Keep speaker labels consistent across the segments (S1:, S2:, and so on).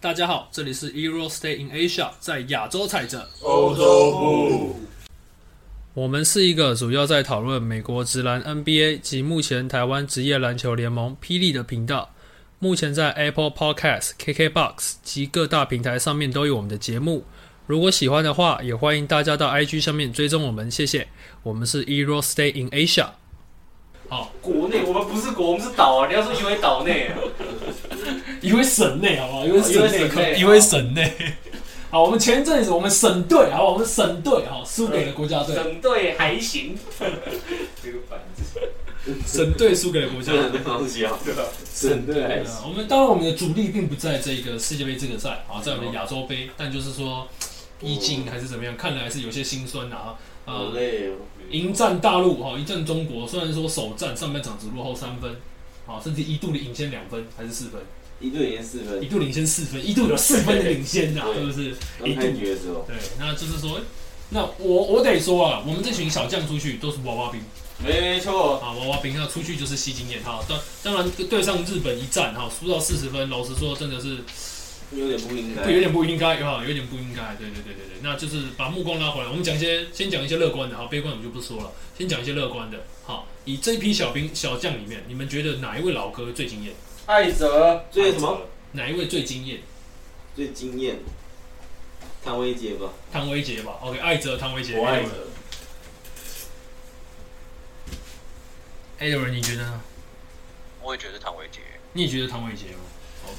S1: 大家好，这里是 Euro Stay in Asia，在亚洲踩着。
S2: 欧洲部，
S1: 我们是一个主要在讨论美国职篮 NBA 及目前台湾职业篮球联盟霹雳的频道。目前在 Apple Podcast、KKBox 及各大平台上面都有我们的节目。如果喜欢的话，也欢迎大家到 IG 上面追踪我们，谢谢。我们是 Euro Stay in Asia。
S3: 国内，我们不是国，我们是岛啊！你要说以为岛内啊，
S4: 一位省内，好不
S2: 哦
S4: 好？一位省
S3: 一位省内
S4: 内，一位省内。 好，我们前阵子我们省队，好不好，我们省队哈输给了国家
S2: 嗯
S4: 队，
S3: 省队还行。这个反正
S4: 省队输给了国家队。
S2: 东西啊，哦
S3: 对吧？
S2: 省队
S4: 对
S2: 还
S4: 啊我们当然我们的主力并不在这个世界杯这个赛啊，在我们的亚洲
S2: 哦
S4: 杯，但就是说意境还是怎么样，看来还是有些心酸的啊。
S2: 好
S4: 呃，
S2: 累哦。
S4: 迎战大陆哈，迎战中国，虽然说首战上半场只落后三分。啊，甚至一度的领先两分还是四分，
S2: 一队赢四分
S4: 一，度领先四分，一度有四分的领先呐、
S2: 对
S4: 是不是？
S2: 刚开局的时候
S4: 对，那就是说，那我我得说啊，我们这群小将出去都是娃娃兵
S2: 没没错，
S4: 啊，娃娃兵，那出去就是吸经验哈。当当然对上日本一战哈，输到四十分，老实说真的是
S2: 有点不应该
S4: 不。有点不应该哈，有点不应该。对对对对对，那就是把目光拉回来，我们讲一些先讲一些乐观的哈，悲观我们就不说了，先讲一些乐观的。好，以这一批小兵小将里面，你们觉得哪一位老哥最惊艳？
S2: 艾泽最什么？
S4: 哪一位最惊艳？
S2: 最惊艳？谭维杰吧，
S4: 汤威杰吧，OK，艾泽、汤威杰、
S3: 我爱
S4: Aaron
S3: 泽
S4: Aaron，你觉得呢？
S5: 我也觉得唐维杰。
S4: 你也觉得唐伟杰吗？OK，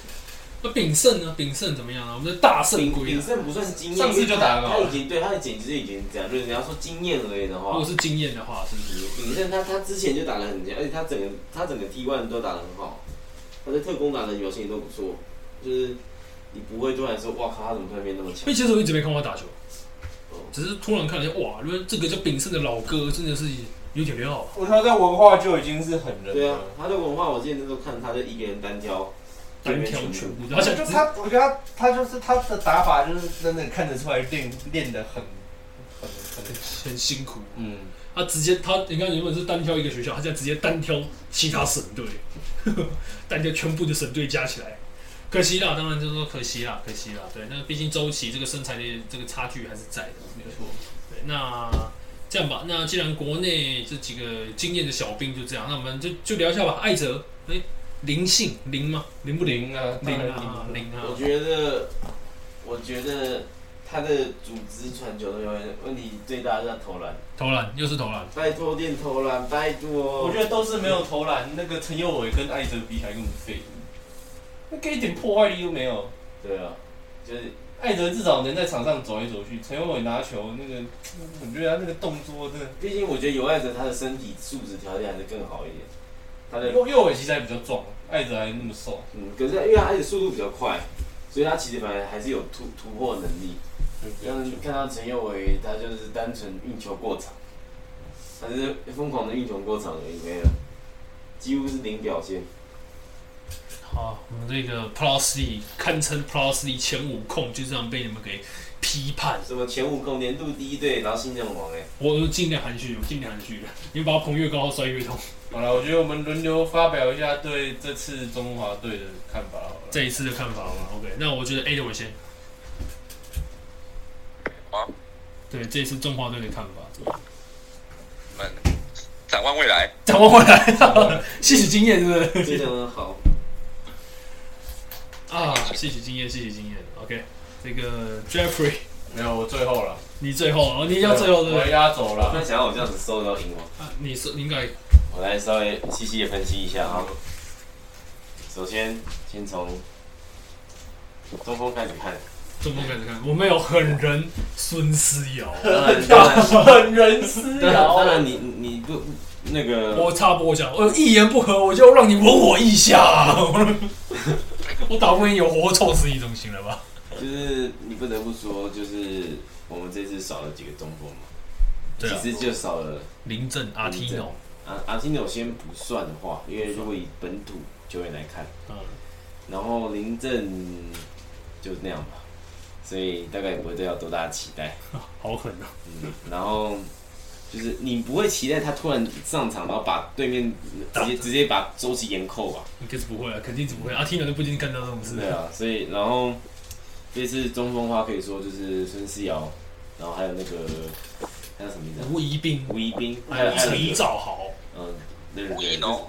S4: 那炳胜呢？炳胜怎么样啊？我们的大圣
S2: 炳
S4: 归
S2: 炳
S4: 来，
S2: 胜不算经验，
S3: 上次就打得
S2: 因
S3: 好
S2: 为他他已经对他的简直已经这样，就是你要说经验而已的
S4: 如
S2: 话
S4: 果，是经验的话，是不是？
S2: 炳胜他他之前就打得很强，而且他整个他整个 T one 都打得很好，他在特工打的表现也都不错，就是你不会突然说哇靠，他怎么突然变那么
S4: 因
S2: 强
S4: 为？其实我一直没看过他打球
S2: 哦，
S4: 只是突然看了一下，哇，因为这个叫炳胜的老哥，真的是有点料啊。
S3: 我他在文化就已经是很人
S2: 对啊，，他的文化我之前那时候看他就一个人单挑，
S4: 单挑全部，而
S6: 而
S4: 且
S6: 且就他，我觉得他他就是他的打法，就是真的看得出来练练的很很很
S4: 很辛苦，
S2: 嗯，
S4: 他直接他你看原本是单挑一个学校，他现在直接单挑其他省队， 单挑全部的省队加起来，可惜啦，当然就是说可惜啦，可惜啦，对，那毕竟周琦这个身材的这个差距还是在的，没有错，对，那这样吧，那既然国内这几个经验的小兵就这样，那我们就就聊一下吧，艾哲，哎、灵性灵吗？
S6: 灵不灵啊？
S4: 灵啊
S6: 啊，
S4: 灵啊
S2: 我，觉得，我觉得他的组织传球的有点问题最大就是他投篮，
S4: 投篮又是投篮，
S2: 拜托练投篮，拜托。
S6: 我觉得都是没有投篮，那个陈宥伟跟艾哲比起来更废，那个一点破坏力都没有。
S2: 对啊，就是
S6: 艾哲至少能在场上走来走去，陈宥伟拿球那个，我觉得他那个动作真的，
S2: 毕竟我觉得有爱者他的身体素质条件还是更好一点，他的
S6: 宥宥伟其实还比较壮，艾哲还那么瘦。
S2: 嗯，可是因为他而且速度比较快，所以他其实本来还是有突突破能力。像看到陈宥维，他就是单纯运球过场，他就是疯狂的运球过场而已，没了，几乎是零表现。
S4: 好，我们这个 Plus D 堪称 Plus D 前五控，就这样被你们给批判。
S2: 什么前五控年度第一队，然后新人王哎、
S4: 我尽量含蓄，我尽量含蓄的。你把我捧越高，摔越痛。
S6: 好了，我觉得我们轮流发表一下对这次中华队的看法好了。
S4: 这一次的看法嘛，OK。那我觉得 A 的我先。
S5: 好。
S4: 对，这一次中华队的看 法，
S5: 我们展望未来，
S4: 展望回 来，吸取经验是不是？
S2: 非常的好。
S4: 啊，吸取经验，吸取经验。OK，这个 Jeffrey，
S6: 没有，我最后了，
S4: 你最后，哦你要最后对不
S6: 我
S4: 对？
S6: 压轴
S2: 我
S6: 了
S2: 突。然想到我这样子收到赢吗？
S4: 啊你是你应该
S2: 我来稍微细细的分析一下哈。首先，先从中锋开始 看。
S4: 中锋开始看，我们有狠人孙思瑶。
S2: 当然，当然，
S6: 本人私
S2: 当然，
S6: 聊
S2: 当然你你不那个，
S4: 我插播一下，我呃一言不合我就让你吻我一下， 我打不赢有活臭死你总行了吧？
S2: 就是你不得不说，就是我们这次少了几个中锋嘛，
S4: 对啊
S2: 其实就少了。啊
S4: 林正阿
S2: 林
S4: 提
S2: 正
S4: 诺，
S2: 阿阿金纽先不算的话，因为如果以本土球员来看，
S4: 嗯，
S2: 然后林振就那样吧，所以大概也不会对他有多大的期待。
S4: 好狠啊！
S2: 嗯，然后就是你不会期待他突然上场，然后把对面直接直接把周琦严扣吧？
S4: 应该是不会啊，肯定是不会。阿 Tina 都不一定干到这种事
S2: 对。啊，所以然后这次中锋的话可以说就是孙思尧，然后还有那个还有什么名字啊？
S4: 吴宜斌，
S2: 吴一斌，还有还
S4: 还
S2: 有
S4: 有
S2: 那
S4: 李
S2: 个
S4: 兆豪，
S2: 嗯，对对
S5: 吴一
S2: 对，
S5: 农，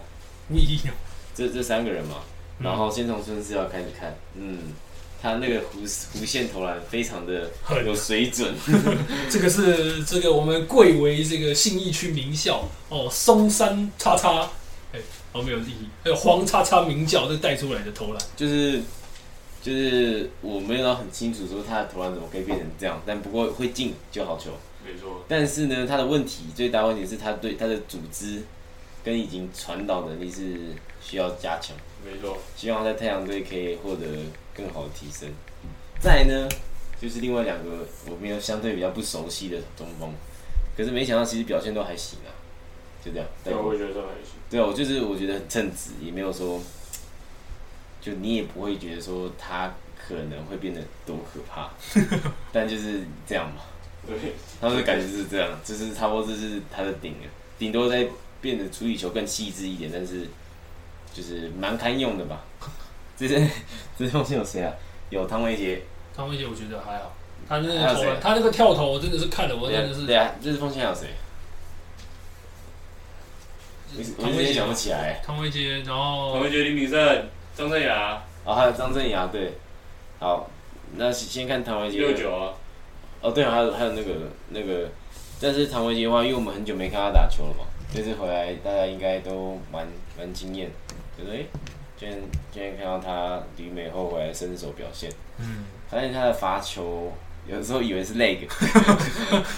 S4: 吴宜农
S2: 这这三个人嘛，
S4: 嗯
S2: 然后先从孙思尧开始看，嗯，他那个弧弧线投篮非常的
S4: 很
S2: 有水准，
S4: 这个是这个我们贵为这个信义区名校哦，松山叉叉，哎，哦没有意义，还有黄叉叉名校这带出来的投篮，
S2: 就是就是我没有到很清楚说他的投篮怎么可以变成这样，但不过会进就好球。
S6: 没错，
S2: 但是呢，他的问题最大问题是他对他的组织跟已经传导能力是需要加强，
S6: 没错，
S2: 希望在太阳队可以获得更好的提升。再来呢，就是另外两个我没有相对比较不熟悉的中锋，可是没想到其实表现都还行啊，就这样。
S6: 对，我也觉得这样还行。
S2: 对啊，我就是我觉得很称职，也没有说，就你也不会觉得说他可能会变得多可怕，但就是这样嘛。
S6: 对，
S2: 他们的感觉就是这样，就是差不多这是他的顶了，顶多再变得处理球更细致一点，但是就是蛮堪用的吧。 这些 这些东西有谁啊？有汤唯杰，
S4: 康威姐我觉得还好，他那
S2: 还
S4: 个
S2: 有
S4: 投
S2: 谁
S4: 篮，他那个跳投我真的是看了我
S2: 对
S4: 真
S2: 啊
S4: 的是
S2: 对啊，这是锋线还有谁？我我
S4: 唐
S2: 一
S4: 威
S2: 直
S4: 杰
S2: 想不，起来。
S4: 康威杰，然
S6: 我
S4: 后
S6: 们觉得林炳胜、张镇雅、
S2: 哦，还有张镇雅，对，好，那先看汤唯杰。
S6: 六九啊，
S2: 哦，对啊，还有还有那个那个，但是唐维杰的话，因为我们很久没看他打球了嘛，这次回来大家应该都蛮蛮惊艳，就是诶，今天今天看到他旅美后回来身手表现，
S4: 嗯，
S2: 发现他的罚球有时候以为是 leg，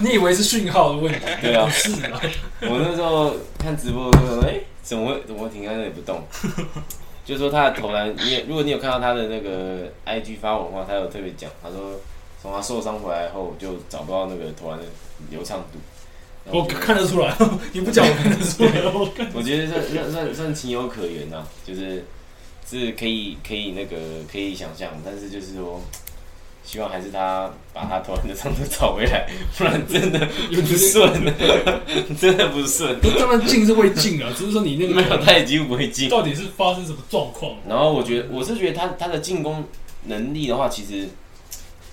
S4: 你以为是讯号的问题，
S2: 对啊
S4: 不是啊，
S2: 我那时候看直播的时候，诶，怎么会怎么会停在那里不动？就是说他的投篮，你也如果你有看到他的那个 IG 发文的话，他有特别讲，他说从他受伤回来后就找不到那个投篮的流畅度。然后
S4: 我
S2: 觉得
S4: 看得出来， 你不讲我看得出来， 我看
S2: 我觉得算算算算情有可原呐、啊就是是可以可以那个可以想象，但是就是说，希望还是他把他投篮的上度找回来，不然真的
S4: 有
S2: 不顺 了，真的不顺，
S4: 当然进是会进啊，只是说你那个
S2: 没有他已经不会进。
S4: 到底是发生什么状况？
S2: 然后我觉得我是觉得他他的进攻能力的话，其实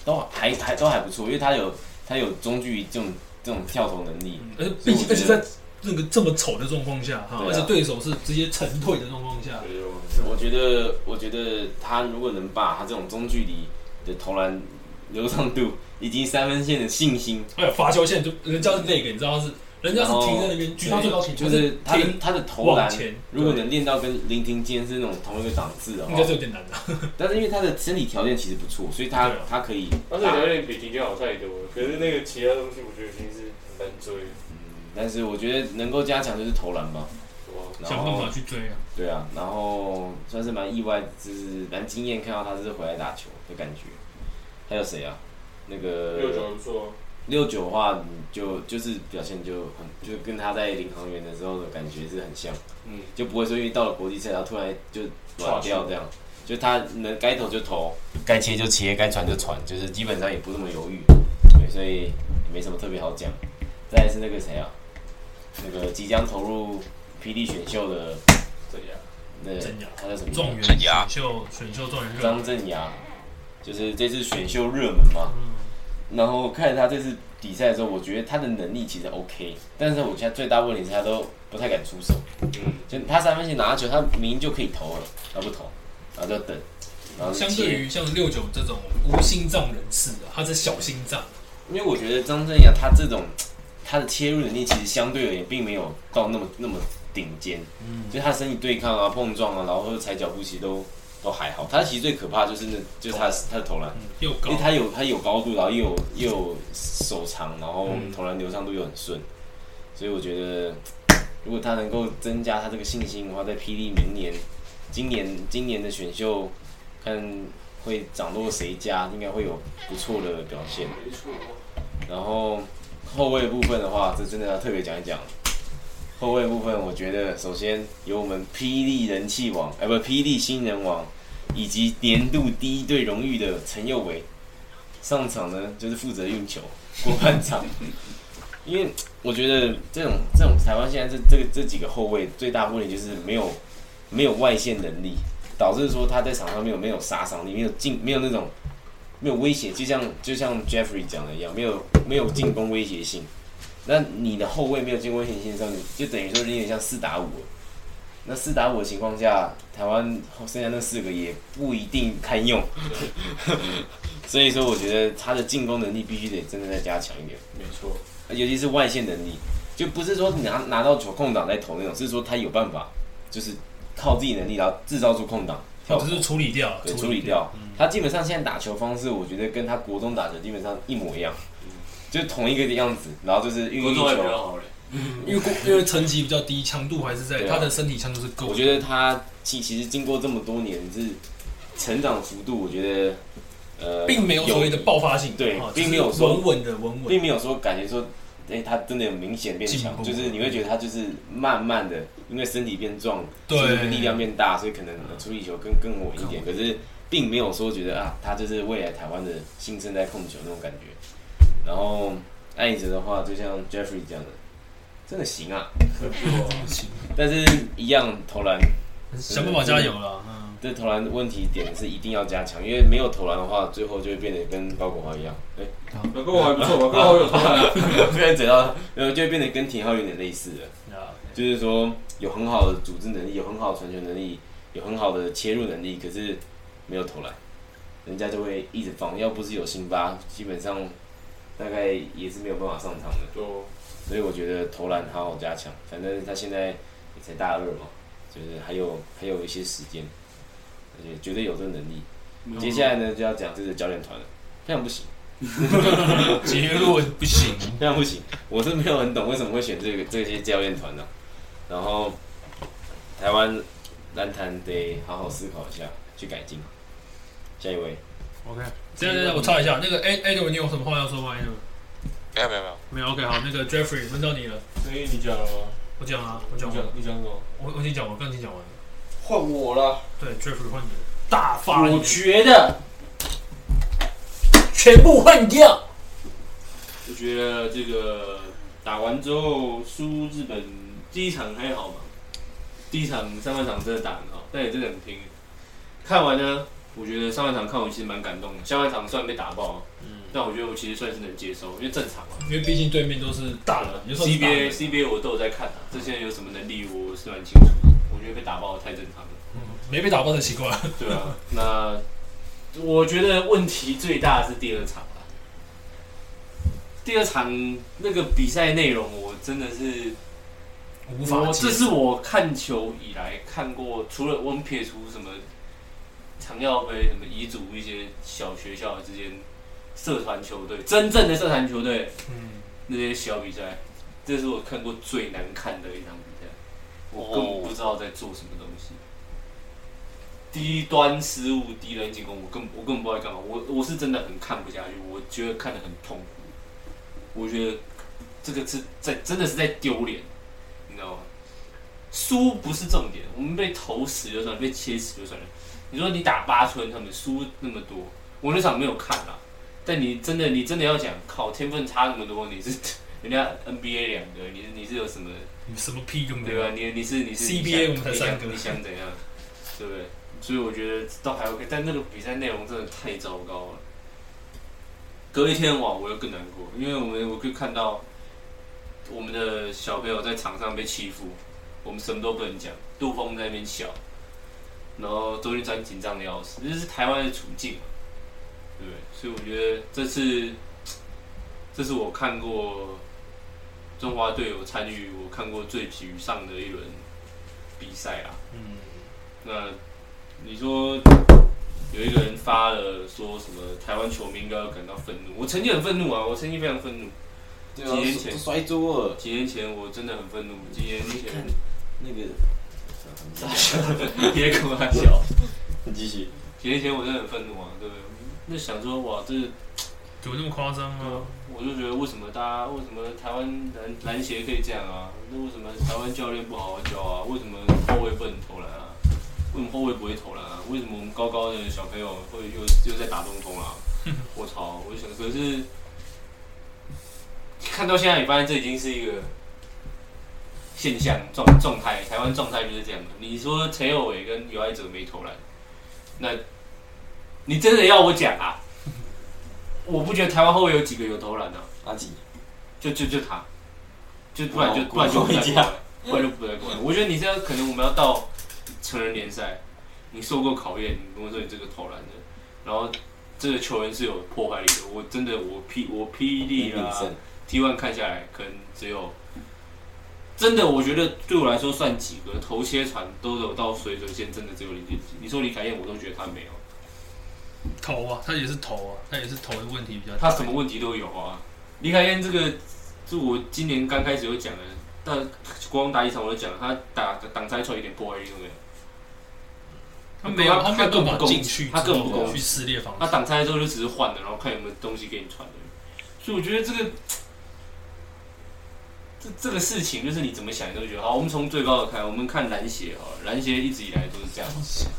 S2: 都还还都还不错，因为他有他有中距离这种这种跳投能力，
S4: 而且
S2: 所以
S4: 毕
S2: 我觉
S4: 竟
S2: 得
S4: 而且在那个这么丑的状况下哈，
S2: 对啊
S4: 而且对手是直接沉退的状况下，
S6: 对我
S2: 我觉得，我觉得他如果能把他这种中距离的投篮流畅度以及三分线的信心，
S4: 哎呀，罚球线就人家是那个，你知道他是人家是停在那边，举到最高点
S2: 就是他
S4: 他是
S2: 的
S4: 停
S2: 他的投
S4: 往
S2: 篮，
S4: 前，
S2: 如果能练到跟林庭坚是那种同一个档次的
S4: 应
S2: 话
S4: 该，是有点难的。
S2: 但是因为他的身体条件其实不错，所以他
S4: 对啊
S2: 他可以
S6: 当时表现比今天好太多了，可是那个其他东西我觉得已经是很难追了，
S2: 嗯但是我觉得能够加强就是投篮吧，
S6: 对吧？
S2: 然
S4: 想办
S2: 后
S4: 法去追啊！
S2: 对啊，然后算是蛮意外，就是蛮惊艳看到他是回来打球的感觉。还有谁啊？那个
S6: 六九还不错啊，
S2: 六九的话，你就就是表现就很，就跟他在领航员的时候的感觉是很像，
S6: 嗯，
S2: 就不会说因为到了国际赛，然后突然就软掉这样，就他能该投就投，该切就切，该传就传，就是基本上也不那么犹豫，对，所以也没什么特别好讲。再来是那个谁啊，那个即将投入霹雳选秀的啊
S6: 这样。
S2: 那个
S4: 真雅
S2: 他叫什么名字？
S4: 状元
S5: 镇
S4: 选
S5: 压
S4: 秀选秀状元热
S2: 张
S4: 门，
S2: 镇雅，就是这次选秀热门嘛。
S4: 嗯
S2: 然后看了他这次比赛的时候，我觉得他的能力其实 OK，但是我现在最大问题是他都不太敢出手，
S6: 嗯，
S2: 就他三分线拿到球，他明明就可以投了，他不投，然后就等，然后就
S4: 相
S2: 切
S4: 对于像六九这种无心脏人士啊，他是小心脏，
S2: 因为我觉得张镇雅他这种他的切入能力其实相对而言并没有到那么那么顶尖，
S4: 嗯，
S2: 就他身体对抗啊、碰撞啊，然后踩脚步其实都都还好。他其实最可怕就是那就是他的他的投篮。
S4: 又高
S2: 因为，他有他有高度，然后又有又有手长，然后
S4: 嗯
S2: 投篮流畅度又很顺，所以我觉得如果他能够增加他这个信心的话，在霹雳明年、今年、今年的选秀，看会掌握谁家，应该会有不错的表现。
S6: 没错，
S2: 然后后卫部分的话，这真的要特别讲一讲。后卫部分，我觉得首先有我们霹雳人气王，哎、不，霹雳新人王，以及年度第一队荣誉的陈佑维，上场呢就是负责运球，过半场，因为我觉得这种这种台湾现在这这个这几个后卫最大的问题就是没有没有外线能力，导致说他在场上没有没有杀伤力，没有进没有那种没有威胁，就像就像 Jeffrey 讲的一样，没有没有进攻威胁性。那你的后卫没有进攻威胁性的时候，你就等于说有点像四打五了。那四打五的情况下，台湾剩下那四个也不一定堪用， 所以说我觉得他的进攻能力必须得真的再加强一点。
S6: 没错，
S2: 尤其是外线能力，就不是说拿拿到球空档再投那种，是说他有办法，就是靠自己能力，然后制造出空档，跳
S4: 只是处理掉，嗯
S2: 对处理掉。他基本上现在打球方式，我觉得跟他国中打球基本上一模一样，
S4: 嗯
S2: 就是同一个样子，然后就是运
S6: 国
S2: 运
S6: 中还比
S2: 球。
S6: 较好嘞。
S4: 因为过因为层级比较低，强度还是在
S2: 对啊
S4: 他的身体强度是够的。
S2: 我觉得他其其实经过这么多年，是成长幅度，我觉得呃，
S4: 并没有所谓的爆发性，
S2: 对
S4: 啊
S2: 并没有
S4: 就是
S2: 说
S4: 稳稳的稳稳
S2: 并没有说感觉说，哎、他真的有明显变强，
S4: 进步
S2: 就是你会觉得他就是慢慢的，因为身体变壮，
S4: 对
S2: 所以力量变大，所以可能处理球更更稳一点。可是并没有说觉得啊，他就是未来台湾的新生代控球那种感觉。然后艾哲的话，就像 Jeffrey 讲的，真的行啊，
S4: 行
S2: 但是一样投篮，
S4: 想办法加油了。嗯，
S2: 这投篮问题点是一定要加强，因为没有投篮的话，最后就会变得跟高国华一样，哎、
S6: 不过我还不错吧，不过我有投篮。
S2: 突然嘴到，呃，就会变得跟廷浩有点类似了。
S4: 嗯
S2: 就是说有很好的组织能力，有很好的传球能力，有很好的切入能力，可是没有投篮，人家就会一直防。要不是有辛巴，基本上大概也是没有办法上场的。
S6: 就
S2: 所以我觉得投篮好好加强，反正他现在也才大二嘛，就是还有还有一些时间，而且绝对有这个能力。接下来呢，就要讲这个教练团了，非常不行。
S4: 结论不行，
S2: 那不行，我是没有很懂为什么会选这个这些教练团呢、然后台湾篮坛得好好思考一下，去改进。下一位，
S4: 这样这样，我插一下，那个 A A 你有什么话要说吗？A
S5: 没有没有没有，
S4: 没有 OK 好，那个 Jeffrey 轮到你了，
S6: 所以你讲了吗？
S4: 我讲啊，我
S6: 你
S4: 讲完
S6: 讲
S4: 了，
S6: 你讲什么？
S4: 我我已经讲完，我刚已经讲完了。
S6: 换我了。
S4: 对，Jeffrey 换你了大发言
S6: 我，觉得，
S4: 全部换掉。
S6: 我觉得这个打完之后输日本第一场还好嘛，第一场上半场真的打很好，但也真的很拼。看完呢，我觉得上半场看我其实蛮感动的，下半场虽然被打爆，嗯，但我觉得我其实算是能接受，因为正常啊嘛。
S4: 因为毕竟对面都是大人，有时候是大
S6: CBA
S4: 人
S6: CBA 我都有在看啊，这些人有什么能力我是蛮清楚的。我觉得被打爆太正常了。
S4: 嗯没被打爆的习惯。
S6: 对啊， 那我觉得问题最大的是第二场啊。第二场那个比赛内容，我真的是，
S4: 无法
S6: 我
S4: 接
S6: 这
S4: 受
S6: 是我看球以来看过，除了我们撇除什么常耀杯、什么彝族一些小学校之间社团球队，真正的社团球队
S4: 嗯，
S6: 那些小比赛，这是我看过最难看的一场比赛，我根本不知道在做什么东西。低端失误、低端进攻，我根我根本不知道在干嘛。我我是真的很看不下去，我觉得看得很痛苦。我觉得这个是在真的是在丢脸，你知道吗？输不是重点，我们被投死就算了，被切死就算了。你说你打八村他们输那么多，我那场没有看啊，但你真的，你真的要讲，靠，天分差那么多，你是 人家 NBA 两个，你是你是有什么
S4: 你什么屁都没
S6: 对吧啊
S4: 有。？
S6: 你你是你是
S4: CBA
S6: 你想
S4: 我们才三个
S6: 你想你想怎样，对不对？所以我觉得倒还 OK，但那个比赛内容真的太糟糕了。隔一天哇，我又更难过，因为我们我可以看到我们的小朋友在场上被欺负，我们什么都不能讲，杜峰在那边笑，然后周俊山紧张的要死，这是台湾的处境嘛，对不对？所以我觉得这次，这是我看过中华队有参与我看过最沮丧的一轮比赛啦。
S4: 嗯，
S6: 那你说有一个人发了说什么台湾球迷应该要感到愤怒，我曾经很愤怒啊，我曾经非常愤怒。
S2: 对
S6: 啊几年前
S2: 摔桌了，
S6: 几年前我真的很愤怒，几年前
S2: 那个
S6: 傻笑， 别跟我笑。
S2: 你 继续，
S6: 几年前我真的很愤怒啊，对不对？那想说哇，这
S4: 有那么夸张啊吗？
S6: 我就觉得为什么大家为什么台湾篮篮协可以这样啊？那为什么台湾教练不好好教啊？为什么后卫不能投篮啊？为什么后卫不会投篮啊？为什么我们高高的小朋友会又又在打中锋啊？我操！我就想，可是看到现在，你发现这已经是一个现象状状态，台湾状态就是这样嘛。你说陈友伟跟尤爱哲没投篮，那你真的要我讲啊？我不觉得台湾后卫有几个有投篮的、 啊
S2: 阿吉，
S6: 就就就他，就不然就
S2: 哦
S6: 不然就
S2: 国
S6: 不
S2: 国
S6: 再
S2: 际
S6: 过来，不然就不再过来。我觉得你这样可能我们要到成人联赛，你受过考验，你跟我说你这个投篮的，然后这个球员是有破坏力的。我真的我霹我霹雳啦
S2: 炳胜
S6: T one 看下来，可能只有真的我觉得对我来说算几个头切传都有到水准线，真的只有林俊杰。你说李凯燕，我都觉得他没有，
S4: 头啊，他也是头啊，他也是头的问题比较大。
S6: 他什么问题都有啊。李凯燕这个，是我今年刚开始有讲的，但国王打一场我就讲了，他打挡拆出来一点破坏力都没有，
S4: 他没有，
S6: 他
S4: 他
S6: 没
S4: 没
S6: 有
S4: 有
S6: 更
S4: 办法
S6: 不攻
S4: 进去之啊后，
S6: 他更不攻
S4: 去撕裂防
S6: 他
S4: 守。
S6: 挡拆之后就只是换了，然后看有没有东西给你传的。所以我觉得这个这这个事情，就是你怎么想你都觉得好。我们从最高的看，我们看篮协哈，篮协一直以来都是这样。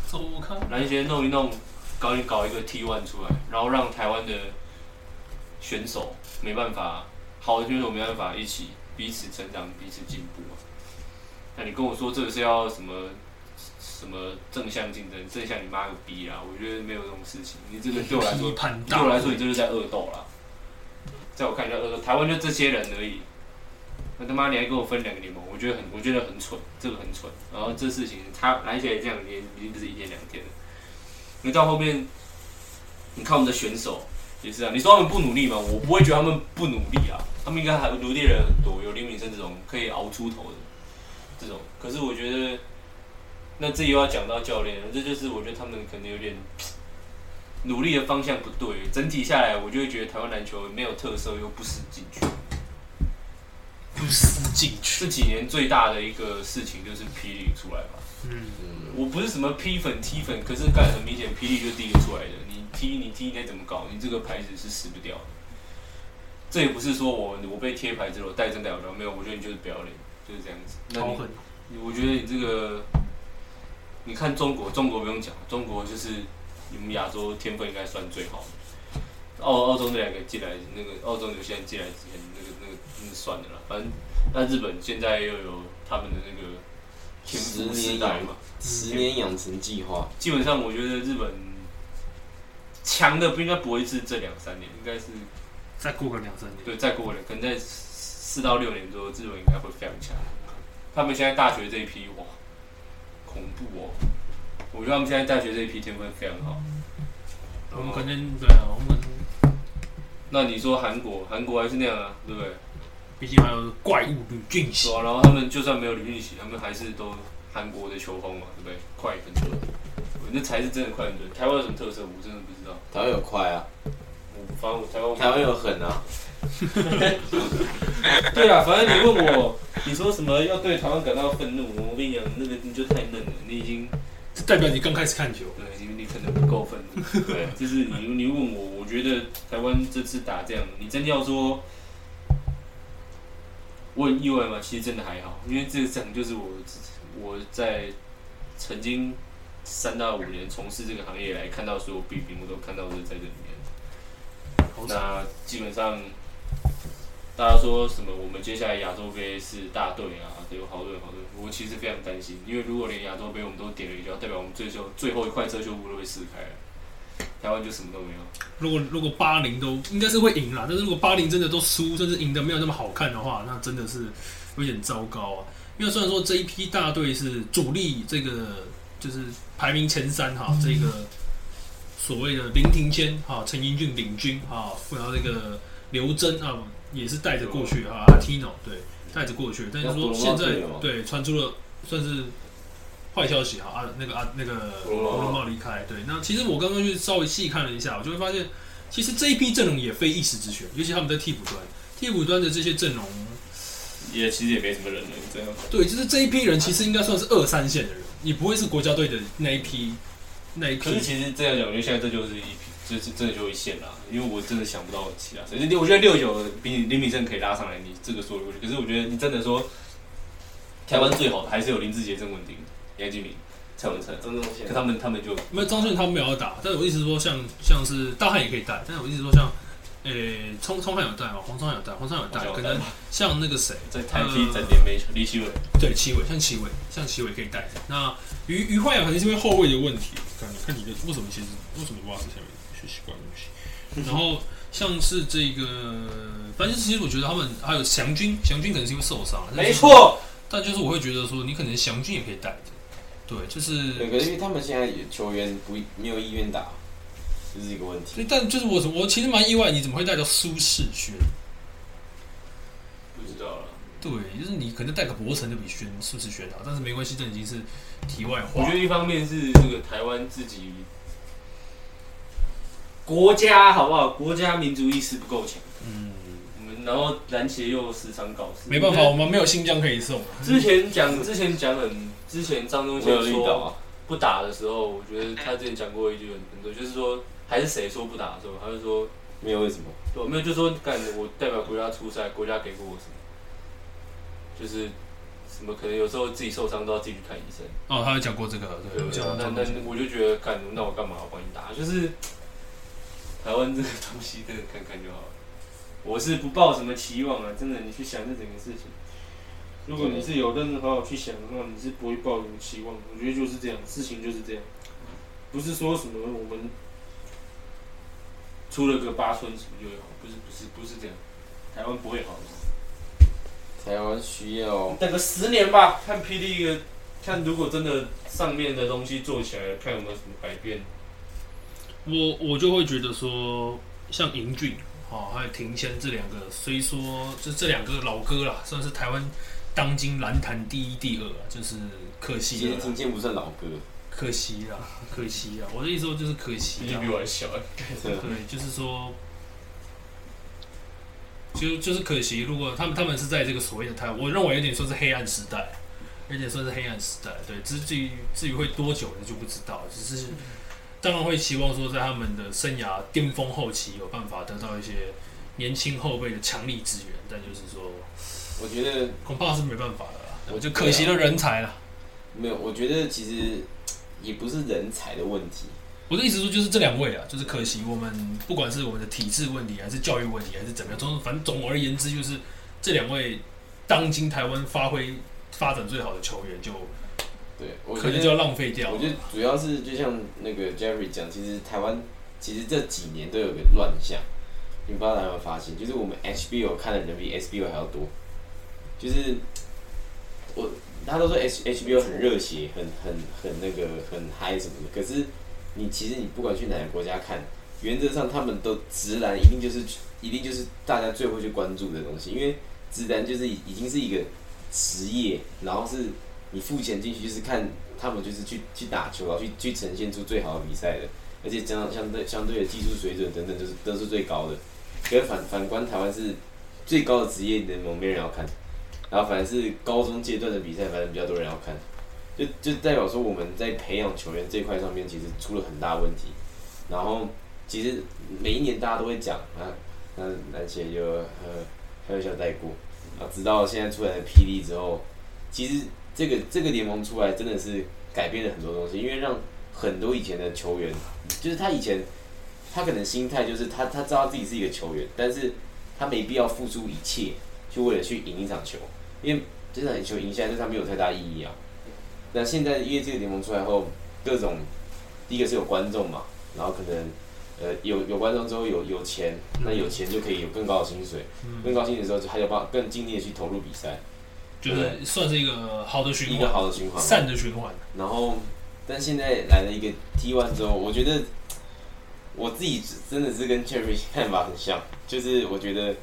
S4: 走，我看
S6: 篮协弄一弄，搞一搞一个 T one 出来，然后让台湾的选手没办法，好的选手没办法一起彼此成长、彼此进步嘛。那你跟我说这个是要什么什么正向竞争？正向你妈个逼啊！我觉得没有这种事情，你这个对我来说
S4: 批判
S6: 对
S4: 大
S6: 我来说，你就是在恶斗啦。在我看来，恶斗，台湾就这些人而已。那他妈你还跟我分两个联盟，我觉得很，我觉得很蠢，这个很蠢。然后这事情他来起来这样，也已经不是一天两天了。你到后面，你看我们的选手也是啊，你说他们不努力吗？我不会觉得他们不努力啊，他们应该还努力的人很多，有林敏生这种可以熬出头的这种。可是我觉得，那这又要讲到教练了，这就是我觉得他们可能有点努力的方向不对，整体下来我就会觉得台湾篮球没有特色又不思进取。
S4: 不撕进去。
S6: 这几年最大的一个事情就是霹雳出来嘛，
S4: 嗯，
S6: 我不是什么 P 粉 T 粉，可是干很明显霹雳就第一个出来的，你踢你踢你再怎么搞，你这个牌子是撕不掉的。这也不是说我我被贴牌子了，我带真代表没有，我觉得你就是不要脸，就是这样子。那
S4: 超
S6: 你
S4: 狠。
S6: 我觉得你这个，你看中国，中国不用讲，中国就是你们亚洲天分应该算最好的。澳澳洲那两个进来，那个澳洲纽西兰进来之前，那个那个那算了啦，反正那日本现在又有他们的那个天赋
S2: 十
S6: 时
S2: 年
S6: 代嘛，
S2: 十年养成计划，
S6: 基本上我觉得日本强的不应该不会是这两三年，应该是
S4: 再过个两三年，
S6: 对，再过了，可能在四到六年之后，日本应该会非常强。他们现在大学这一批，哇，恐怖哦！我觉得他们现在大学这一批天分非常好。
S4: 我们
S6: 然后
S4: 可能对啊，我们
S6: 那你说韩国，韩国还是那样啊，对不对？
S4: 毕竟还有怪物吕俊
S6: 是
S4: 熙，
S6: 啊，然后他们就算没有李俊熙，他们还是都韩国的球风嘛，对不对？快很准，那才是真的快很准。台湾有什么特色？我真的不知道。
S2: 台湾有快啊，
S6: 我反正我台湾我
S2: 台湾有狠 啊，
S6: 对啊，反正你问我，你说什么要对台湾感到愤怒？我跟你讲，那个你就太嫩了，你已经
S4: 这代表你刚开始看球。
S6: 对，因为你可能不够分。
S2: 啊
S6: 对，就是你你问我，我觉得台湾这次打这样，你真的要说，我很意外吗？其实真的还好，因为这个场就是我我在曾经三到五年从事这个行业来看到所有弊病，我都看到是在这里面。那基本上，大家说什么？我们接下来亚洲杯是大队啊，有好多人好多人。我其实非常担心，因为如果连亚洲杯我们都点了一脚，代表我们最后最后一块遮羞布都被撕开了，台湾就什么都没有。
S4: 如果如果八零都应该是会赢啦，但是如果八零真的都输，甚至赢得没有那么好看的话，那真的是有点糟糕啊。因为虽然说这一批大队是主力，这个就是排名前三哈，这个所谓的林庭坚哈、陈英俊领军哈，然后这个刘真啊也是带着过去哈，阿 Tino 对带着过去，但是说现在对传出了算是坏消息哈，啊那个啊那个
S6: 罗罗
S4: 罗罗茂离开，对，那其实我刚刚去稍微细看了一下，我就会发现其实这一批阵容也非一时之选，尤其他们在替补端，替补端的这些阵容。
S6: 也其实也没什么人了，这样。
S4: 对，就是这一批人其实应该算是二三线的人，你不会是国家队的那一批，那一
S6: 可是
S4: 批。
S6: 其实这样讲，我觉得现在这就是一批，就是真的就一线啦，因为我真的想不到其他谁。我觉得六九比你林敏正可以拉上来，你这个说得过去。可是我觉得你真的说，台湾最好的还是有林志杰、郑文鼎、杨敬敏、蔡文成。
S2: 真的
S6: 可他们他们就
S4: 没有张顺他没有要打，但是我意思是说像像是大汉也可以带，但是我意思是说像诶、冲冲汉有带吗？黄聪汉有带，黄聪汉有带
S6: 黄，
S4: 可
S6: 聪汉有带
S4: 能像那个谁，
S6: 在台踢整年没球，李奇伟
S4: 对，齐伟，像齐伟，像齐伟可以带。那于于焕雅肯啊定是因为后卫的问题，看你看你的为什么其实为什么挖是下面学习惯的东
S6: 嗯
S4: 西，然后像是这个，反正其实我觉得他们还有祥军，祥军可能是因为受伤，但是
S6: 没，错，
S4: 但就是我会觉得说你可能祥军也可以带着，对，就是
S2: 对，可是因为他们现在也球员不没有意愿打，这是一个问题。
S4: 所以但就是我我其实蛮意外，你怎么会带到苏世轩？
S6: 不知道了。
S4: 对，就是你可能带个博城就比轩苏世轩好，但是没关系，这已经是题外
S6: 我
S4: 话
S6: 觉。得一方面是这个台湾自己国家好不好？国家民族意识不够强，
S4: 嗯，
S6: 我们然后篮协又时常搞事，
S4: 没办法，我。们没有新疆可以送。
S6: 之前讲，之前讲很，之前张
S2: 我
S6: 东
S2: 有
S6: 宪
S2: 遇到
S6: 说
S2: 啊，
S6: 不打的时候，我觉得他之前讲过一句很很多，就是说还是谁说不打的时候，他就说
S2: 没有为什么？
S6: 对啊我没有就说干我代表国家出赛，国家给过我什么，就是什么可能有时候自己受伤都要自己去看医生。
S4: 哦，他有讲过这个，对，
S6: 对
S4: 有讲
S6: 啊
S4: 过，
S6: 那
S4: 这
S6: 那
S4: 个。
S6: 我就觉得，干，那我干嘛要帮你打？就是台湾这个东西，真的看看就好了。我是不抱什么期望啊，真的，你去想这整个事情。如果你是有认真好好去想的话，你是不会抱什么期望的。我觉得就是这样，事情就是这样，不是说什么我们出了个八村什么就会好，不是不是不是这样，台湾不会好的。
S2: 台湾需要
S6: 等个十年吧，看霹雳一个，看如果真的上面的东西做起来，看有没有什么改变。
S4: 我我就会觉得说，像银俊哦，还有庭谦这两个，虽说就这两个老哥啦，算是台湾当今篮坛第一、第二啊，就是可
S2: 其
S4: 惜
S2: 实
S4: 了啦
S2: 听，见不算老歌，
S4: 可惜啦，可惜啦。我的意思说就是可惜啦
S6: 毕竟比，我还小、欸。
S2: 真的
S4: 对，就是说，就就是可惜。如果他们他们是在这个所谓的台，我认为有点算是黑暗时代，有点算是黑暗时代。对，至至于至于会多久呢就不知道，只是当然会期望说在他们的生涯巅峰后期有办法得到一些年轻后辈的强力支援，但就是说
S2: 我觉得
S4: 恐怕是没办法的啦。
S2: 我
S4: 就可惜了人才了。
S2: 没有，我觉得其实也不是人才的问题，
S4: 我的意思说，就是这两位啊，就是可惜我们不管是我们的体制问题，还是教育问题，还是怎么样，总反正总而言之，就是这两位当今台湾发挥发展最好的球员，就
S2: 对我
S4: 可
S2: 觉
S4: 能就
S2: 得
S4: 要浪费掉
S2: 我
S4: 了
S2: 觉。得主要是就像那个 Jerry 讲，其实台湾其实这几年都有个乱象，你不知道大家有没有发现，就是我们 HBO 看的人比 SBO 还要多，就是我他都说 H HBO 很热血，很很很那个很嗨什么的，可是你其实你不管去哪个国家看，原则上他们都直男一定就是一定就是大家最会去关注的东西，因为直男就是已已经是一个职业，然后是你付钱进去就是看他们就是啊去去打球，然啊后去去啊呈现出最好的比赛的，而且加上相对相对的技术水准等等，就是都是最高的。可是反反观台湾是最高的职业联盟没人要看，然后反而是高中阶段的比赛，反正比较多人要看，就就代表说我们在培养球员这块上面其实出了很大问题。然后其实每一年大家都会讲啊，那篮协就呃还有小带过啊，直到现在出来的霹雳之后，其实这个这个联盟出来真的是改变了很多东西，因为让很多以前的球员，就是他以前他可能心态就是他他知道自己是一个球员，但是他没必要付出一切去为了去赢一场球，因为这场球赢下来对他没有太大意义啊。那现在因为这个联盟出来后，各种第一个是有观众嘛，然后可能呃有有观众之后有有钱，那有钱就可以有更高的薪水，
S4: 嗯
S2: 更高薪水之后就还有办法更尽力的去投入比赛，
S4: 就是算是一个好的循
S2: 一个
S4: 环，
S2: 好的循环。
S4: 善的循环。
S2: 然后，但现在来了一个 T one 之后，我觉得我自己真的是跟 Cherry 看法很像，就是我觉得，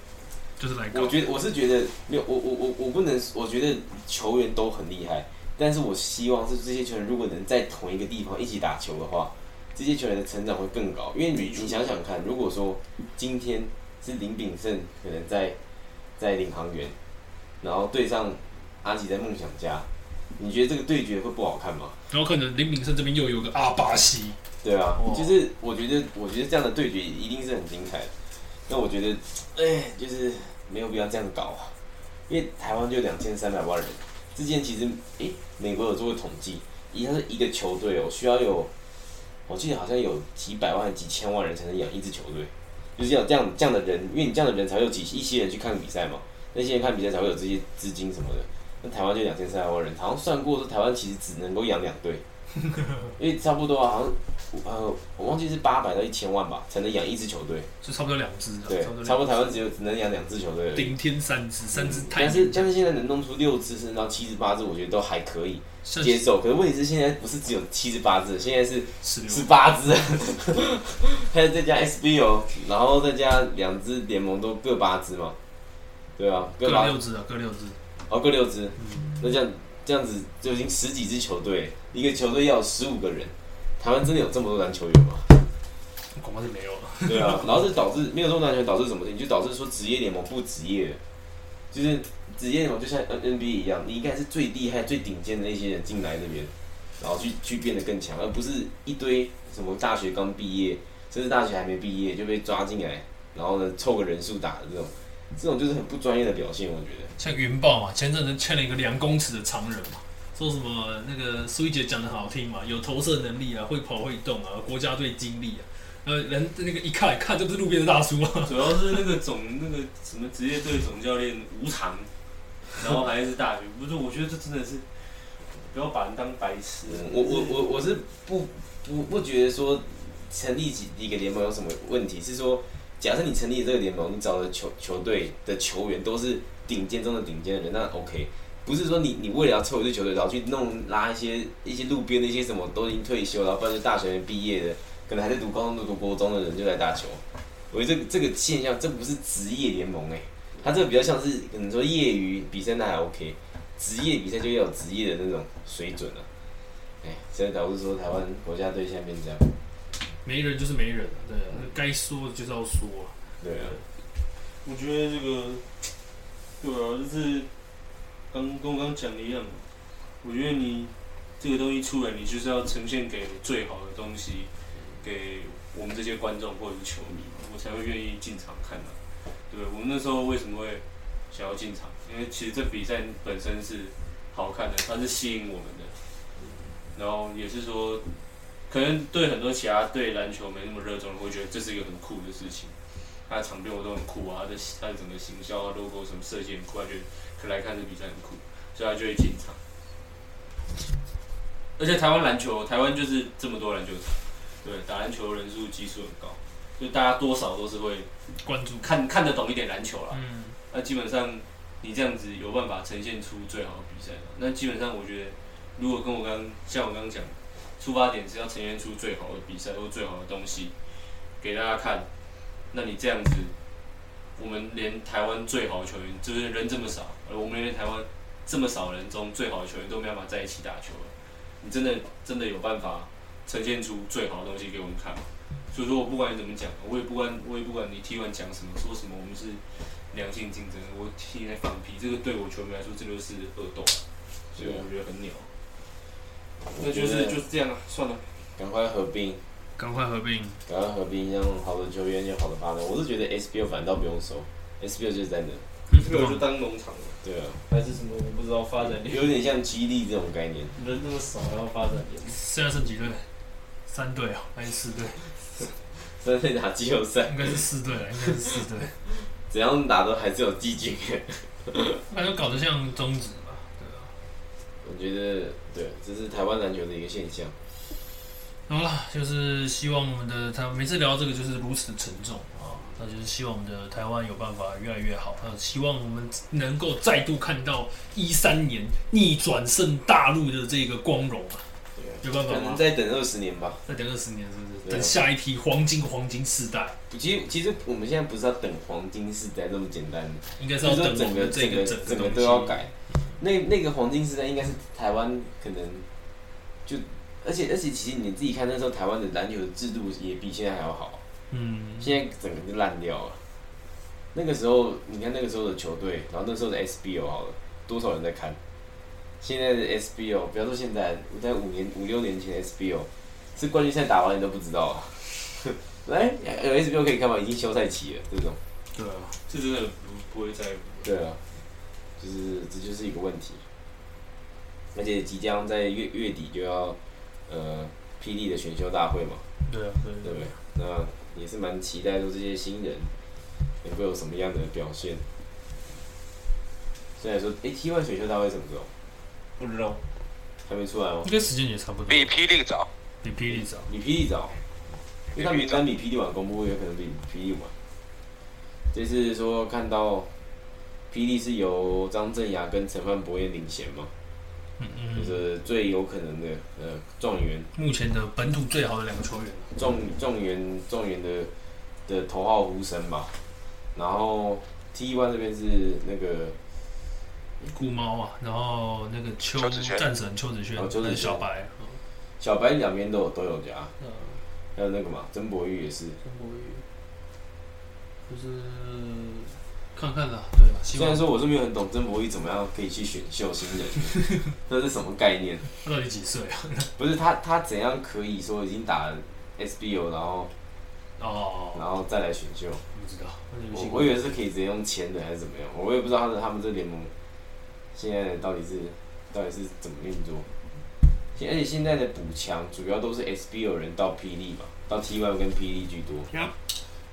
S4: 就是来
S2: 我
S4: 搞。
S2: 觉得我是觉得没有，我我我我不能，我觉得球员都很厉害，但是我希望是这些球员如果能在同一个地方一起打球的话，这些球员的成长会更高。因为你你想想看，如果说今天是林炳胜可能在在领航员，然后对上阿吉在梦想家，你觉得这个对决会不好看吗？
S4: 然后可能林炳胜这边又有个阿巴西，
S2: 对啊
S4: 哦，
S2: 就是我觉得，我觉得这样的对决一定是很精彩的。那我觉得，哎，就是没有必要这样搞啊，因为台湾就两千三百万人。之前其实，哎，美国有做过统计，一他是一个球队哦，需要有，我记得好像有几百万、几千万人才能养一支球队，就是要有这样这样的人，因为你这样的人才会有几一些人去看比赛嘛，那些人看比赛才会有这些资金什么的。那台湾就两千三百万人，好像算过说台湾其实只能够养两队，因为差不多啊，好像呃我忘记是八百到一千万吧，才能养一支球队。
S4: 就差不多两只啊，
S2: 对
S4: 差不多，
S2: 差不多台
S4: 两
S2: 湾只有只能养两支球队而
S4: 只
S2: 已。
S4: 顶天三只，三只太
S2: 但是但是现在能弄出六支甚至到七十八支，我觉得都还可以
S4: 像
S2: 接受。可是问题是现在不是只有七十八支，现在是
S4: 十六
S2: 十八支， 还有再加 SBO，然后再加两支联盟都各八支嘛，对啊，各
S4: 各
S2: 八
S4: 六嗯只啊，各六只，
S2: 哦各六支，那这样这样子就已经十几支球队，一个球队要有十五个人，台湾真的有这么多篮球员吗？
S4: 恐怕是没有了。
S2: 对啊，然后这导致没有这种篮球导致什么事情？就导致说职业联盟不职业了，就是职业联盟就像 N NBA 一样，你应该是最厉害、最顶尖的那些人进来那边，然后去去变得更强，而不是一堆什么大学刚毕业，甚至大学还没毕业就被抓进来，然后呢凑个人数打的这种，这种就是很不专业的表现，我觉得。
S4: 像云豹嘛，前阵子签了一个两公尺的常人嘛，说什么那个苏一杰讲的好听嘛，有投射能力啊，会跑会动啊，国家队经历啊，呃，人那个一看看这不是路边的大叔啊吗？
S6: 主要是那个总那个什么职业队总教练无偿，然后还是大学，不是？我觉得这真的是不要把人当白痴
S2: 嗯。我我我我是不不不觉得说成立几一个联盟有什么问题，是说假设你成立这个联盟，你找的球球队的球员都是顶尖中的顶尖的人，那 OK。不是说你你为了要凑一支球队，然后去弄拉一些一些路边的一些什么都已经退休，然后不然就大学毕业的，可能还在读高中、读国中的人就来打球。我觉得这个这个现象，这不是职业联盟哎、它这个比较像是可能说业余比赛那还 OK，职业比赛就要有职业的那种水准了、哎，现在导致说台湾国家队现在变这样，
S4: 没人就是没人啊，对啊，该说的就是要说啊。
S2: 对啊，
S6: 我觉得这个，对啊，就是刚跟我刚讲的一样，我觉得你这个东西出来，你就是要呈现给最好的东西，给我们这些观众或者是球迷，我才会愿意进场看的、对，我们那时候为什么会想要进场？因为其实这比赛本身是好看的，它是吸引我们的，然后也是说，可能对很多其他对篮球没那么热衷的，会觉得这是一个很酷的事情。它的场边我都很酷啊，它的它的整个行销啊、logo 什么设计很酷，他觉得可来看这比赛很酷，所以他就会进场。而且台湾篮球，台湾就是这么多篮球场，对，打篮球的人数基数很高，就大家多少都是会
S4: 关注，
S6: 看看得懂一点篮球啦。
S4: 嗯，
S6: 那基本上你这样子有办法呈现出最好的比赛嘛那基本上我觉得，如果跟我刚像我刚刚讲，出发点是要呈现出最好的比赛或最好的东西给大家看，那你这样子，我们连台湾最好的球员，就是人这么少，而我们连台湾这么少人中最好的球员都没办法在一起打球了，你真的真的有办法呈现出最好的东西给我们看吗？所以说我不管你怎么讲，我也不管我也不管你 T 完讲什么说什么，我们是良性竞争，我踢在放屁，这个对我球迷来说，这就是恶斗，所以我觉得很鸟。那就是就是这样啊，算了。
S2: 赶快合并，
S4: 赶快合并，
S2: 赶快合并，让好的球员有好的发展。我是觉得 SBL 反倒不用收，SBL 就是在那，
S6: 这个就当农场了，
S2: 对啊，
S3: 还是什么我不知道发展联，
S2: 有点像激励这种概念。
S3: 人那么少，然后发展联，
S4: 现在剩几队？三队啊，还是四队？
S2: 虽然在打季后赛，
S4: 应该是四队了，啊应该是四队。
S2: 怎样打都还是有季军。
S4: 那就搞得像中指吧，对啊。
S2: 我觉得对，啊这是台湾篮球的一个现象。
S4: 好啦，就是希望我们的台每次聊这个就是如此沉重
S2: 哦
S4: 啊，那就是希望我们的台湾有办法越来越好，那希望我们能够再度看到一三年逆转胜大陆的这个光荣啊，
S2: 对啊，
S4: 有办法
S2: 可能
S4: 吗？
S2: 再等二十年吧。
S4: 再等二十年是不是？
S2: 对啊
S4: 等下一批黄金黄金世代，
S2: 其实其实我们现在不是要等黄金时代这么简单的，
S4: 应该是
S2: 就
S4: 要
S2: 是
S4: 等
S2: 说
S4: 我
S2: 整
S4: 们的
S2: 个
S4: 这
S2: 整
S4: 个
S2: 个
S4: 整个
S2: 整
S4: 东
S2: 个
S4: 西
S2: 都要。改。那那个黄金时代应该是台湾可能就，而且而且其实你自己看那时候台湾的篮球的制度也比现在还要好，
S4: 嗯，
S2: 现在整个就烂掉了。那个时候你看那个时候的球队，然后那时候的 SBO 好了，多少人在看？现在的 SBO，不要说现在，我在五年五六年前的 SBO 是冠军赛打完你都不知道啊。 来，有 SBO 可以看吗？已经休赛期了，这种。
S4: 对啊，
S6: 这真的不不会在乎。
S2: 对啊，就是这就是一个问题，而且即将在月月底就要呃霹雳的选秀大会嘛，
S4: 对啊，对
S2: 对
S4: 对
S2: 不对？那也是蛮期待说这些新人能够有什么样的表现。虽然说，诶 t one 选秀大会什么时候？
S6: 不知道，
S2: 还没出来哦
S1: 应。该时间也差不多，
S5: 比霹雳早，
S1: 比霹雳早。
S2: 比霹雳早，因为他名单比霹雳晚公布，有可能比霹雳晚。这次说看到霹雳是由张镇雅跟陈范博彦领衔嘛，
S1: 嗯
S2: 就
S1: 嗯，
S2: 是最有可能的呃状元
S1: 目前的本土最好的两个球员，
S2: 状状元状元的的头号呼声吧。然后 T one 这边是那个
S1: 顾猫啊，然后那个邱
S5: 邱子轩
S1: 战神邱子轩，
S2: 哦邱
S1: 还有
S2: 子轩
S1: 小白，嗯
S2: 小白两边都有都有加，
S1: 那
S4: 嗯
S2: 还有那个嘛曾博玉也是。
S1: 陈柏宇，就是看看啦，对吧？希
S2: 虽
S1: 望
S2: 然说我是没有很懂曾博玉怎么样可以去选秀新人，这是什么概念？
S1: 他到底几岁啊？
S2: 不是他，他怎样可以说已经打 SBO，然后
S1: 哦，
S2: 然后再来选秀？
S1: 不知道，
S2: 我我以为是可以直接用签的还是怎么样，我也不知道他的他们这联盟现在到底是到底是怎么运作。现而且现在的补强主要都是 SBO 人到霹雳嘛，到 T1 跟霹雳居多。
S4: Yup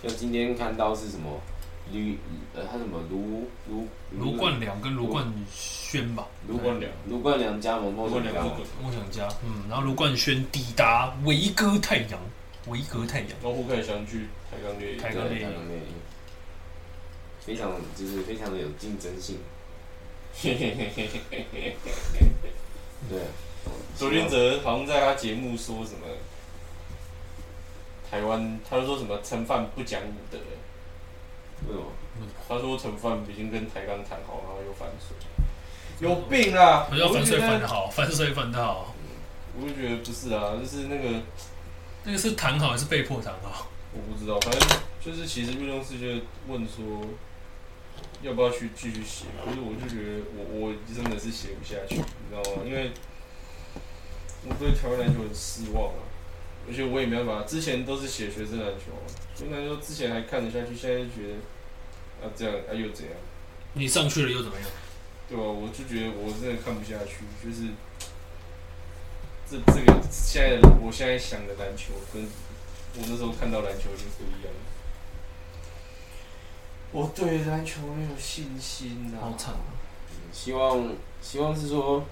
S2: 像今天看到是什么吕呃他什么卢卢
S1: 卢冠良跟卢冠轩吧，
S2: 卢冠良卢冠良加盟梦想家嘛，
S1: 梦想家，嗯，然后卢冠轩抵达维哥太阳，维格太阳，
S6: 然后可以相聚台钢队
S1: 台
S2: 对，
S1: 哥
S2: 两
S1: 队
S2: 个，内应，非常就是非常的有竞争性。对，
S6: 周天哲好像在他节目说什么，台湾他就说什么陈范不讲武德，
S2: 为什么？
S6: 他说陈范已经跟台钢谈好，然后又反水，有病啊！
S1: 我要
S6: 我
S1: 反
S6: 就
S1: 水
S6: 觉
S1: 反的
S6: 得，
S1: 好，反水反的好，
S6: 我就觉得不是啊，就是那个
S1: 那个是谈好还是被迫谈好？
S6: 我不知道，反正就是其实运动师就问说要不要去继续写，可是我就觉得我我真的是写不下去，你知道吗？因为我对台湾篮球很失望啊，而且我也没办法，之前都是写学生篮球啊，学生篮球之前还看得下去，现在就觉得啊这样啊又怎样，
S1: 你上去了又怎么样？
S6: 对吧、我就觉得我真的看不下去，就是这这个现在的我现在想的篮球跟我那时候看到篮球已经不一样了。我对篮球没有信心
S1: 好惨啊！
S2: 希望希望是说，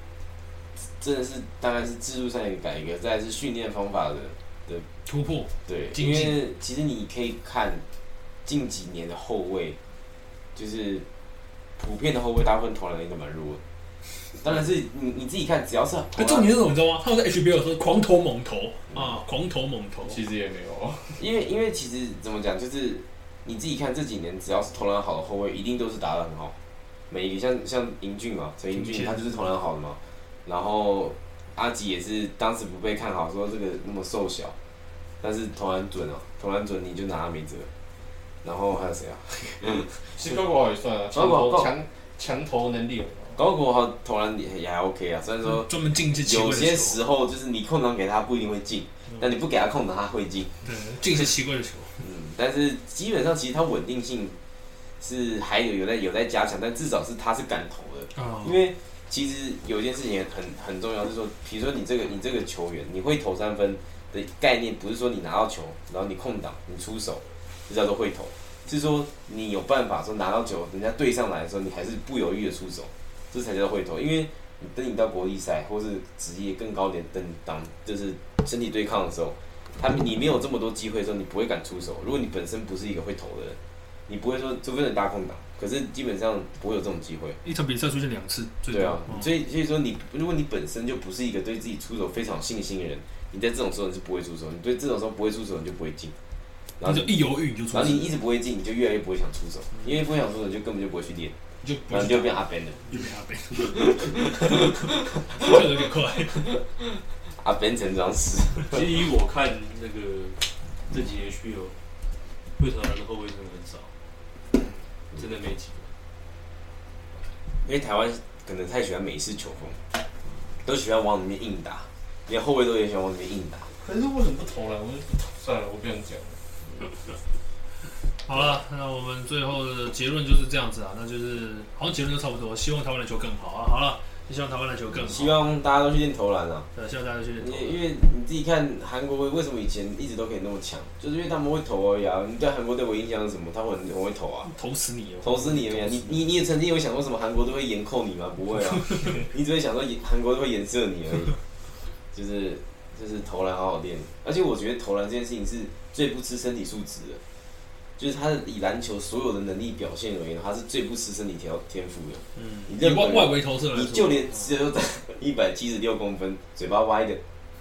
S2: 真的是大概是制度上一个改革，再来是训练方法的
S1: 突破，
S2: 对，因
S1: 竞技
S2: 为其实你可以看近几年的后卫，就是普遍的后卫，大部分投篮力都蛮弱的。当然是你你自己看，只要是
S4: 可
S2: 投篮
S4: 重点是什么，你知道吗？他们在 HBO 的时候狂投猛投啊，狂投猛
S2: 哦
S4: 投，
S6: 其实也没有，啊
S2: 因为因为其实怎么讲，就是你自己看这几年，只要是投篮好的后卫，一定都是打得很好。每一个像像英俊嘛，陈英俊
S1: 俊
S2: 他就是投篮好的嘛。然后阿吉也是当时不被看好，说这个那么瘦小，但是投篮准啊，投篮准你就拿他没辙。然后还有谁啊？
S6: 其实高国豪也算啊，
S2: 高
S6: 强
S2: 国豪
S6: 投强强投能力有高
S2: 高国豪投篮也也还 OK 啊，虽然说
S1: 专门禁止奇怪
S2: 有些
S1: 的球，
S2: 时候嗯就是你空档给他不一定会进，但你不给他空档他会进。
S1: 对，禁止奇怪的球。
S2: 嗯，但是基本上其实它稳定性是还有有在有在加强，但至少是它是敢投的，
S4: 哦
S1: 啊
S2: 因为其实有一件事情很很重要，是说，比如说你这个你这个球员，你会投三分的概念，不是说你拿到球，然后你空档你出手，这叫做会投，是说你有办法说拿到球，人家对上来的时候，你还是不犹豫的出手，这才叫做会投，因为。你等你到国际赛或是职业更高点等档，就是身体对抗的时候，他们你没有这么多机会的时候，你不会敢出手。如果你本身不是一个会投的人，你不会说，除非你大空档，可是基本上不会有这种机会。
S1: 一场比赛出现两次，最多
S2: 对啊，
S1: 嗯
S2: 所以所以说你如果你本身就不是一个对自己出手非常有信心的人，你在这种时候你是不会出手，你对这种时候不会出手你就不会进，然
S1: 你
S2: 后
S1: 就
S2: 你
S1: 一犹豫你就出
S2: 然后
S1: 事，
S2: 你一直不会进，你就越来越不会想出手，因为不会想出手你就根本就不会去练，
S4: 就
S2: 然后嗯你就变阿 Ben 了，
S4: 就被他背，跳得有点快。
S2: 阿 Ben 成长史。
S3: 其实以我看那个这几年 h 有，为什么的后卫真的很少？真的没几个。
S2: 因为台湾可能太喜欢美式球风，都喜欢往里面硬打，连后卫都也喜欢往里面硬打。
S6: 可是为什么不投篮？我就算了，我不想讲了。
S4: 好了，那我们最后的结论就是这样子啊，那就是好像结论都差不多，希望台湾的球更好啊。好了，就希望台湾篮球更好
S2: 希。望大家都去练投篮啊！
S4: 对，希望大家去练
S2: 因
S4: 投
S2: 为
S4: 篮。
S2: 因为你自己看韩国为什么以前一直都可以那么强，就是因为他们会投而已啊。你对韩国队唯一印象是什么？他们很很会投啊，
S4: 投死你哦！
S2: 投死你没有？你你你也曾经有想过什么韩国队会严扣你吗？不会啊，你只会想说韩国队会颜射你而已。就是就是投篮好好练，而且我觉得投篮这件事情是最不吃身体素质的，就是他以篮球所有的能力表现而言，他是最不吃身体条天赋的。
S4: 嗯，
S2: 你
S4: 以
S2: 任何
S4: 外
S2: 人
S4: 外围投射来说，
S2: 你就连只有在一百七十六公分，嘴巴歪的，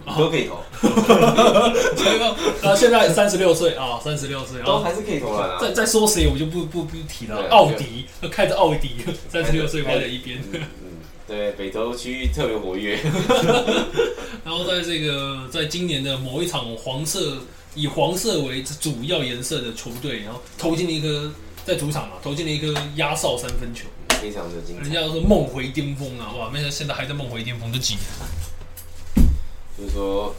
S2: 你都可以投，
S4: 这个呃，现在三十六岁啊，三十六岁
S2: 都
S4: 啊。
S2: 还是可以投篮啊。
S4: 再再说谁，我们就不不不提
S2: 对
S4: 了。
S2: 啊
S4: 奥迪看着奥 迪，三十六岁歪在一边，
S2: 嗯嗯，对，北投区域特别活跃，
S4: 然后在这个在今年的某一场黄色以黄色为主要颜色的球队，然后投进了一颗在主场嘛，投进了一颗压哨三分球，
S2: 非常的精
S4: 人
S2: 彩。
S4: 家都说梦回巅峰啊，哇，没想到现在还在梦回巅峰，这几年
S2: 就是说，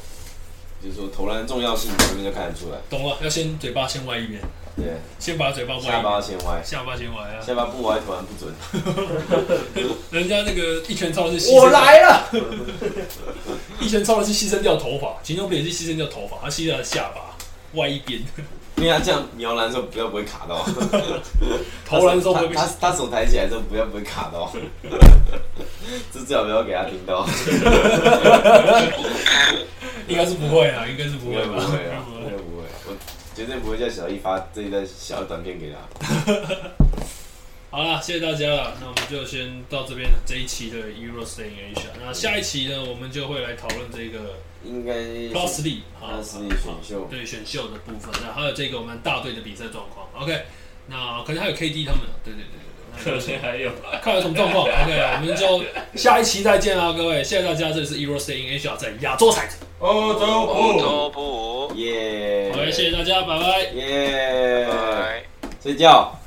S2: 就是说投篮的重要性，这边就看得出来。
S4: 懂了，要先嘴巴先歪一边，
S2: 对，
S4: 先把嘴巴歪
S2: 下
S4: 一边，
S2: 巴先歪，
S4: 下巴先歪啊，
S2: 下巴不歪投篮不准。
S4: 人家那个一拳超人是牺牲
S2: 我来啊 了，
S4: 一拳超人是牺牲掉头发，秦琼也是牺牲掉头发，他牺牲掉下巴歪一边，
S2: 因为他这样摇篮的时候不要不会卡到，
S4: 投篮的时候会被
S2: 他他他手抬起来的时候不要不会卡到， 这最好不要给他听到。
S4: 应该是不会啊，应该是 不
S2: 应
S4: 会
S2: 该不
S4: 吧，
S2: 会 啊，
S4: 不
S2: 应该不会啊，我绝对不会叫小易发这一段小短片给他。
S4: 好啦，谢谢大家了，那我们就先到这边这一期的 Euro Stay in Asia。那下一期呢，我们就会来讨论这个
S2: 应该
S4: Plus League
S2: 他
S4: 啊，
S2: 是选秀，
S4: 对选秀的部分，那还有这个我们大队的比赛状况。OK，那可能还有 KD 他们，啊对对对对对，那就是
S3: 能还有
S4: 看有什么状况。OK，我们就下一期再见啦，各位，谢谢大家，这里是 Euro Stay in Asia，在亚洲彩子。
S6: 哦
S3: 欧洲
S2: 哦
S5: 欧洲不，
S2: 耶，
S4: 好，谢谢大家，拜拜。
S2: 耶，
S5: 拜。
S2: 睡觉。